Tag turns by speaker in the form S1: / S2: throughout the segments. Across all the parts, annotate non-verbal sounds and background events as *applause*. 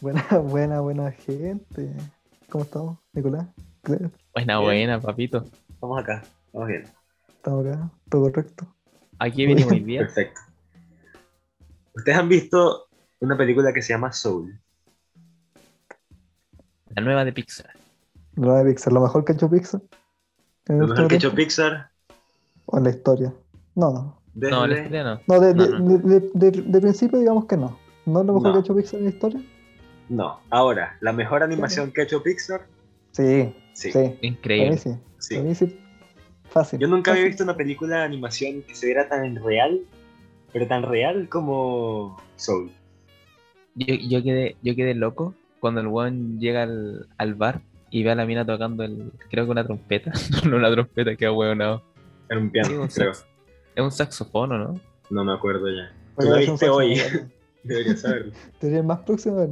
S1: Buena, *laughs* buena, buena gente. ¿Cómo estamos, Nicolás? Claro,
S2: Buena,
S3: Bien.
S2: buena, papito.
S3: Vamos acá, vamos bien.
S1: estamos acá, todo correcto.
S2: Aquí viene muy
S3: *laughs*
S2: bien.
S3: Perfecto. Ustedes han visto una película que se llama Soul.
S2: La nueva de Pixar.
S1: Lo de Pixar, lo mejor que ha hecho Pixar. En
S3: Lo
S1: el
S3: mejor que ha hecho
S1: tiempo,
S3: Pixar
S1: O en la historia. No,
S3: desde...
S2: No, la estrella no.
S1: no, de,
S2: No,
S1: de-
S2: no,
S1: de- de- de- de principio digamos que no. ¿No es lo mejor
S3: No.
S1: que ha hecho Pixar en la historia?
S3: No, ahora, la mejor animación que ha hecho Pixar,
S1: Sí,
S3: sí.
S1: sí.
S3: sí.
S1: Para mí
S2: Increíble.
S1: sí, para mí sí. Fácil.
S3: Yo nunca había
S1: fácil.
S3: visto una película de animación que se viera tan real, pero tan real como Soul.
S2: Yo, yo quedé, yo quedé loco cuando el weón llega al, al bar y ve a la mina tocando el, creo que una trompeta. *laughs* no una trompeta, qué weonado.
S3: Era un
S2: Sí,
S3: piano,
S2: un
S3: creo.
S2: sax- Es un saxofón, ¿o ¿no?
S3: No me acuerdo ya. Tú
S1: Pero
S3: la
S1: es un
S3: viste hoy,
S1: saxofón.
S3: debería saberlo.
S1: Teoría más próxima de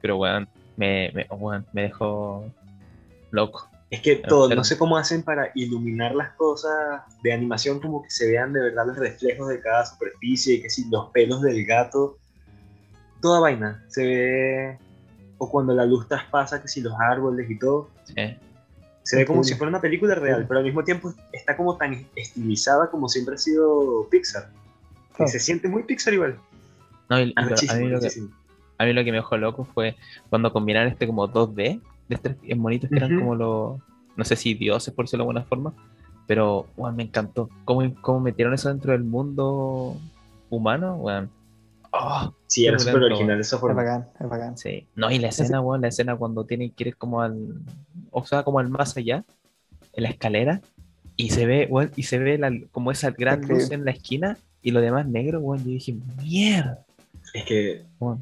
S2: Pero weón, me, me, weón, me dejó loco.
S3: Es que todo,
S2: pero-
S3: no sé cómo hacen para iluminar las cosas de animación, como que se vean de verdad los reflejos de cada superficie, que si los pelos del gato, toda vaina, se ve, o cuando la luz traspasa, que si los árboles y todo,
S2: Sí.
S3: se ve como
S1: Entiendo.
S3: si fuera una película real, pero al mismo tiempo está como tan estilizada como siempre ha sido Pixar, que se siente muy Pixar igual,
S2: No, y- y lo- a,
S3: Ah, muchísimo,
S2: mí lo que,
S3: muchísimo.
S2: a mí lo que me dejó loco fue cuando combinaron este como 2D de estos monitos que eran
S3: Ujú.
S2: como los, no sé si dioses por decirlo de alguna forma, pero weón, me encantó. ¿Cómo, cómo metieron eso dentro del mundo humano? Weón. Oh,
S3: Sí, era
S2: Qué
S3: súper
S2: bonito.
S3: original esa
S1: Es
S3: forma.
S1: bacán, es bacán.
S2: sí. No, y la escena, weón, la escena cuando tienen que ir como al, o sea, como al más allá, en la escalera, y se ve, weón, y se ve la- como esa gran
S1: Increíble.
S2: luz en la esquina y lo demás negro, weón. Yo dije, mierda.
S3: Es que...
S2: Bueno.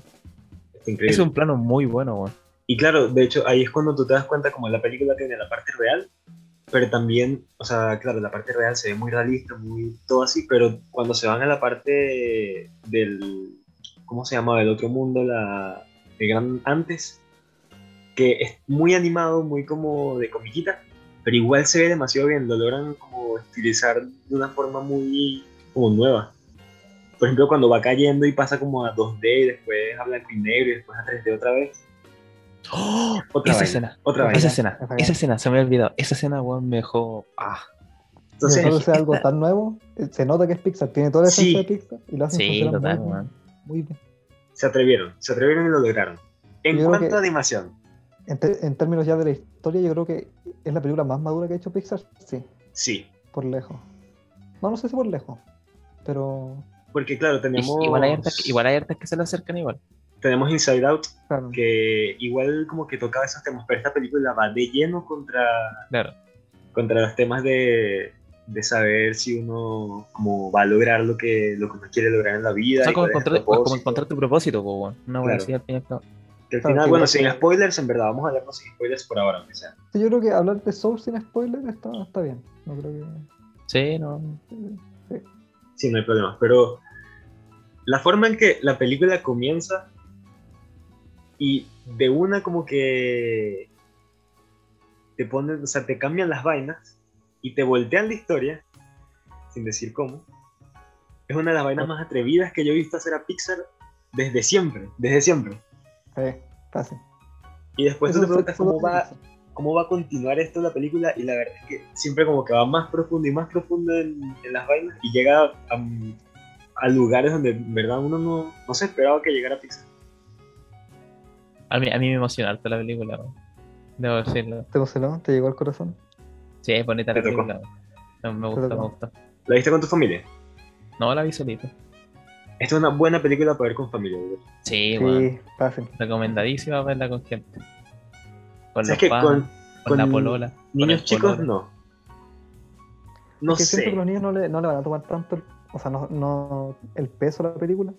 S3: Es increíble.
S2: Es un plano muy bueno, weón.
S3: Y claro, de hecho, ahí es cuando tú te das cuenta como la película tiene la parte real, pero también, o sea, claro, la parte real se ve muy realista, muy todo así, pero cuando se van a la parte del, ¿cómo se llama? Del otro mundo, la, el gran antes, que es muy animado, muy como de comiquita, pero igual se ve demasiado bien, lo logran como estilizar de una forma muy como nueva. Por ejemplo, cuando va cayendo y pasa como a 2D y después a blanco y negro y después a 3D otra vez.
S2: ¡Oh!
S3: Otra
S2: esa
S3: vaina,
S2: escena.
S3: otra
S2: Esa
S3: vaina.
S2: escena.
S1: Apagada.
S2: Esa escena, se me había olvidado. Esa escena, weón, me dejó. Ah,
S1: Entonces,
S3: Entonces,
S1: sea algo tan nuevo, eh, se nota que es Pixar, tiene toda la
S3: Sí.
S1: esencia de Pixar y lo hacen
S2: sí,
S1: funcionar
S2: total,
S1: muy, bien,
S2: weón.
S1: muy bien.
S3: se atrevieron, se atrevieron y lo lograron. En
S1: Yo creo
S3: cuanto
S1: que-
S3: a animación,
S1: En, te- en términos ya de la historia, yo creo que es la película más madura que ha hecho Pixar, sí,
S3: sí.
S1: por lejos. No, no sé si por lejos, pero
S3: Porque claro,
S2: Y-
S3: tenemos,
S2: Igual hay, hartas, que- igual hay hartas que se le acercan igual.
S3: tenemos Inside Out,
S1: claro,
S3: que igual como que tocaba esos temas, pero esta película va de lleno contra,
S2: Claro.
S3: contra los temas de, de saber si uno como va a lograr lo que, lo que uno quiere lograr en la vida.
S2: O sea,
S3: y
S2: como
S3: cuál es el
S2: encontrar, como
S3: propósito.
S2: encontrar tu propósito, po, weón. Una weá
S3: Claro.
S2: así al fin y al cabo.
S3: Que al
S1: Claro,
S3: final,
S1: que
S3: bueno,
S1: igual-
S3: sin spoilers, en verdad, vamos a hablarnos sin spoilers por ahora, aunque sea.
S1: Sí, yo creo que hablar de Soul sin spoiler está, está bien. No creo que...
S2: Sí, no.
S3: Sí, no hay problema. Pero la forma en que la película comienza y de una como que te ponen, o sea, te cambian las vainas y te voltean la historia, sin decir cómo, es una de las vainas más atrevidas que yo he visto hacer a Pixar desde siempre, desde siempre.
S1: Sí, eh, fácil.
S3: Y después Pues tú
S1: Eso
S3: te
S1: es-
S3: preguntas
S1: eso es
S3: cómo va,
S1: Pixar.
S3: cómo va a continuar esto la película y la verdad es que siempre como que va más profundo y más profundo en, en las vainas y llega a, mm, a lugares donde en verdad uno no, no se esperaba que llegara Pixar.
S2: A mí, a mí me emocionó harto la película, weón. Debo decirlo.
S1: ¿Te emocionó? ¿Te llegó al corazón?
S2: Sí, es bonita
S3: Te
S2: la
S3: tocó.
S2: película. weón. No, me
S1: Te
S2: gusta,
S1: tocó.
S2: me gusta.
S3: ¿La viste con tu familia?
S2: No, la vi solito.
S3: Esta es una buena película para ver con familia. bro.
S2: Sí,
S1: Sí,
S2: weón.
S1: fácil.
S2: Recomendadísima verla con gente. Con los
S3: ¿Sabes que
S2: panas,
S3: con
S2: con, la
S3: con
S2: polola. con
S3: niños
S2: el
S3: chicos
S2: pololo.
S3: no? No
S1: Es que siento
S3: sé.
S1: que los niños no le, no le van a tomar tanto, el- o sea, no, no el peso a la película.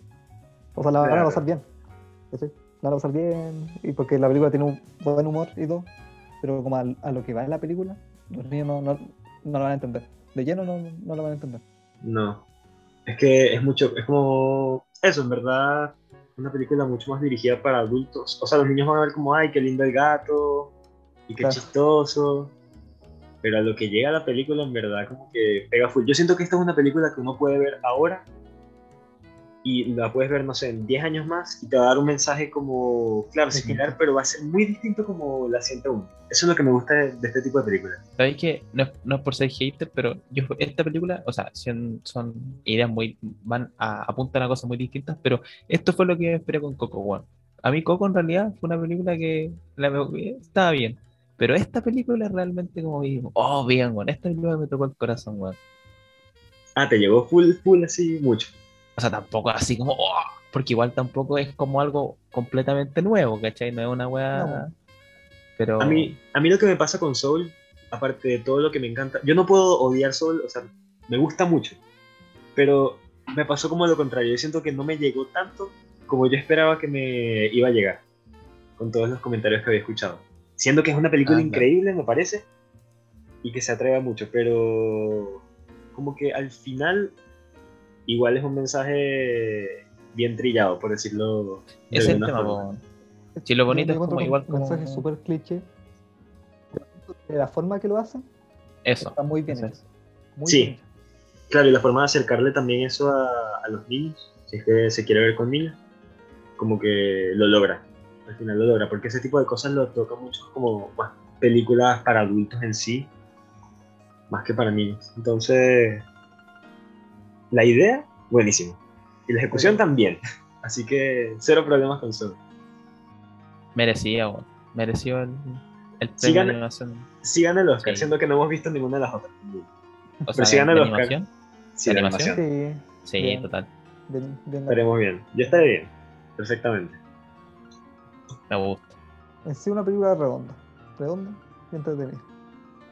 S1: O sea, la van
S3: Claro.
S1: a pasar bien. ¿cachai? La van a pasar bien, y porque la película tiene un buen humor y todo, pero como al- a, lo que va en la película, los niños no, no, no la van a entender. De lleno no, no la van a entender.
S3: No. Es que es mucho, es como eso, en verdad, una película mucho más dirigida para adultos. O sea, los niños van a ver como, ay, qué lindo el gato, y qué
S1: Claro.
S3: chistoso. Pero a lo que llega la película, en verdad, como que pega full. Yo siento que esta es una película que uno puede ver ahora y la puedes ver, no sé, en 10 años más y te va a dar un mensaje como, claro, similar, pero va a ser muy distinto como la 101. Eso es lo que me gusta de, de este tipo de películas.
S2: Sabéis que no es, no es por ser hater, pero yo esta película, o sea, son, son ideas muy, van a, apuntan a cosas muy distintas, pero esto fue lo que yo esperé con Coco, bueno. A mí Coco en realidad fue una película que la, estaba bien, pero esta película realmente como digo, oh, bien, bueno, esta película me tocó el corazón, bueno.
S3: Ah, te llegó full, full así mucho.
S2: O sea, tampoco así como, oh, porque igual tampoco es como algo completamente nuevo, ¿cachai? No es una weá.
S1: No.
S2: Pero.
S3: A mí, a mí lo que me pasa con Soul, aparte de todo lo que me encanta, yo no puedo odiar Soul, o sea, me gusta mucho, pero me pasó como lo contrario, yo siento que no me llegó tanto como yo esperaba que me iba a llegar, con todos los comentarios que había escuchado. Siendo que es una película
S2: Ah, claro.
S3: increíble, me parece, y que se atreva mucho, pero como que al final igual es un mensaje bien trillado, por decirlo de
S2: Ese es el
S3: alguna
S2: tema,
S3: forma.
S2: po. Si lo bonito es como igual
S1: Un mensaje
S2: como-
S1: súper cliché. De la forma que lo hacen,
S2: Eso.
S1: está muy bien
S2: Eso
S1: hecho. Muy
S3: Sí.
S1: bien hecho.
S3: Claro, y la forma de acercarle también eso a, a los niños, si es que se quiere ver con niños, como que lo logra. Al final lo logra, porque ese tipo de cosas lo toca mucho como más películas para adultos en sí, más que para niños. Entonces, la idea, buenísima. Y la ejecución también. *laughs* Así que cero problemas con eso.
S2: Merecía, weón. Mereció el, el premio
S3: Sí,
S2: de
S3: gana-
S2: animación.
S3: Sí gana el Oscar,
S2: Sí.
S3: siendo que no hemos visto ninguna de las otras.
S2: O
S3: Pero
S2: sea,
S3: sí
S2: de-
S3: gana
S2: de
S3: el Oscar.
S2: animación.
S3: Sí,
S2: ¿La
S3: la
S2: animación?
S3: animación.
S1: Sí,
S2: Sí,
S1: Bien.
S2: total.
S1: bien- bien dado.
S3: Estaremos bien. Yo estaré bien, perfectamente.
S2: Me gusta.
S1: En sí, una película redonda. Redonda y entretenida.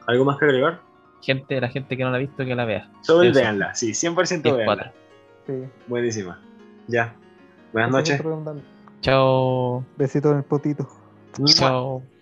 S3: ¿Algo más que agregar?
S2: Gente, la gente que no la ha visto, que la vea.
S3: Solo
S2: Eso.
S3: veanla, sí, 100%
S2: 10-4.
S3: veanla.
S1: Sí.
S3: Buenísima. Ya. Buenas noches.
S1: Siempre redonda.
S2: Chao.
S1: Besitos en el potito.
S2: Chao.